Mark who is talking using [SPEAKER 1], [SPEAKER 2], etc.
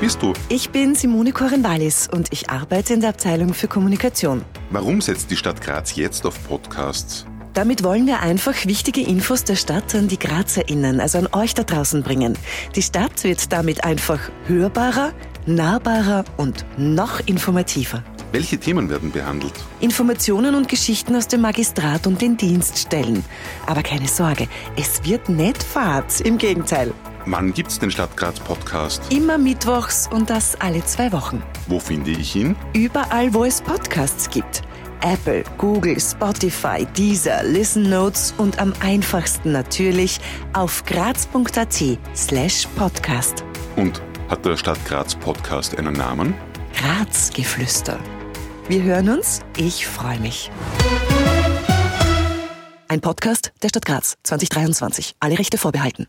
[SPEAKER 1] bist du?
[SPEAKER 2] Ich bin Simone Korenvalis und ich arbeite in der Abteilung für Kommunikation.
[SPEAKER 1] Warum setzt die Stadt Graz jetzt auf Podcasts?
[SPEAKER 2] Damit wollen wir einfach wichtige Infos der Stadt an die GrazerInnen, also an euch da draußen bringen. Die Stadt wird damit einfach hörbarer, nahbarer und noch informativer.
[SPEAKER 1] Welche Themen werden behandelt?
[SPEAKER 2] Informationen und Geschichten aus dem Magistrat und den Dienststellen. Aber keine Sorge, es wird nicht fad, im Gegenteil.
[SPEAKER 1] Wann gibt's den Stadt Graz Podcast?
[SPEAKER 2] Immer mittwochs und das alle zwei Wochen.
[SPEAKER 1] Wo finde ich ihn?
[SPEAKER 2] Überall, wo es Podcasts gibt. Apple, Google, Spotify, Deezer, Listen Notes und am einfachsten natürlich auf graz.at slash podcast.
[SPEAKER 1] Und hat der Stadt Graz Podcast einen Namen?
[SPEAKER 2] Grazgeflüster. Wir hören uns, ich freue mich. Ein Podcast der Stadt Graz 2023. Alle Rechte vorbehalten.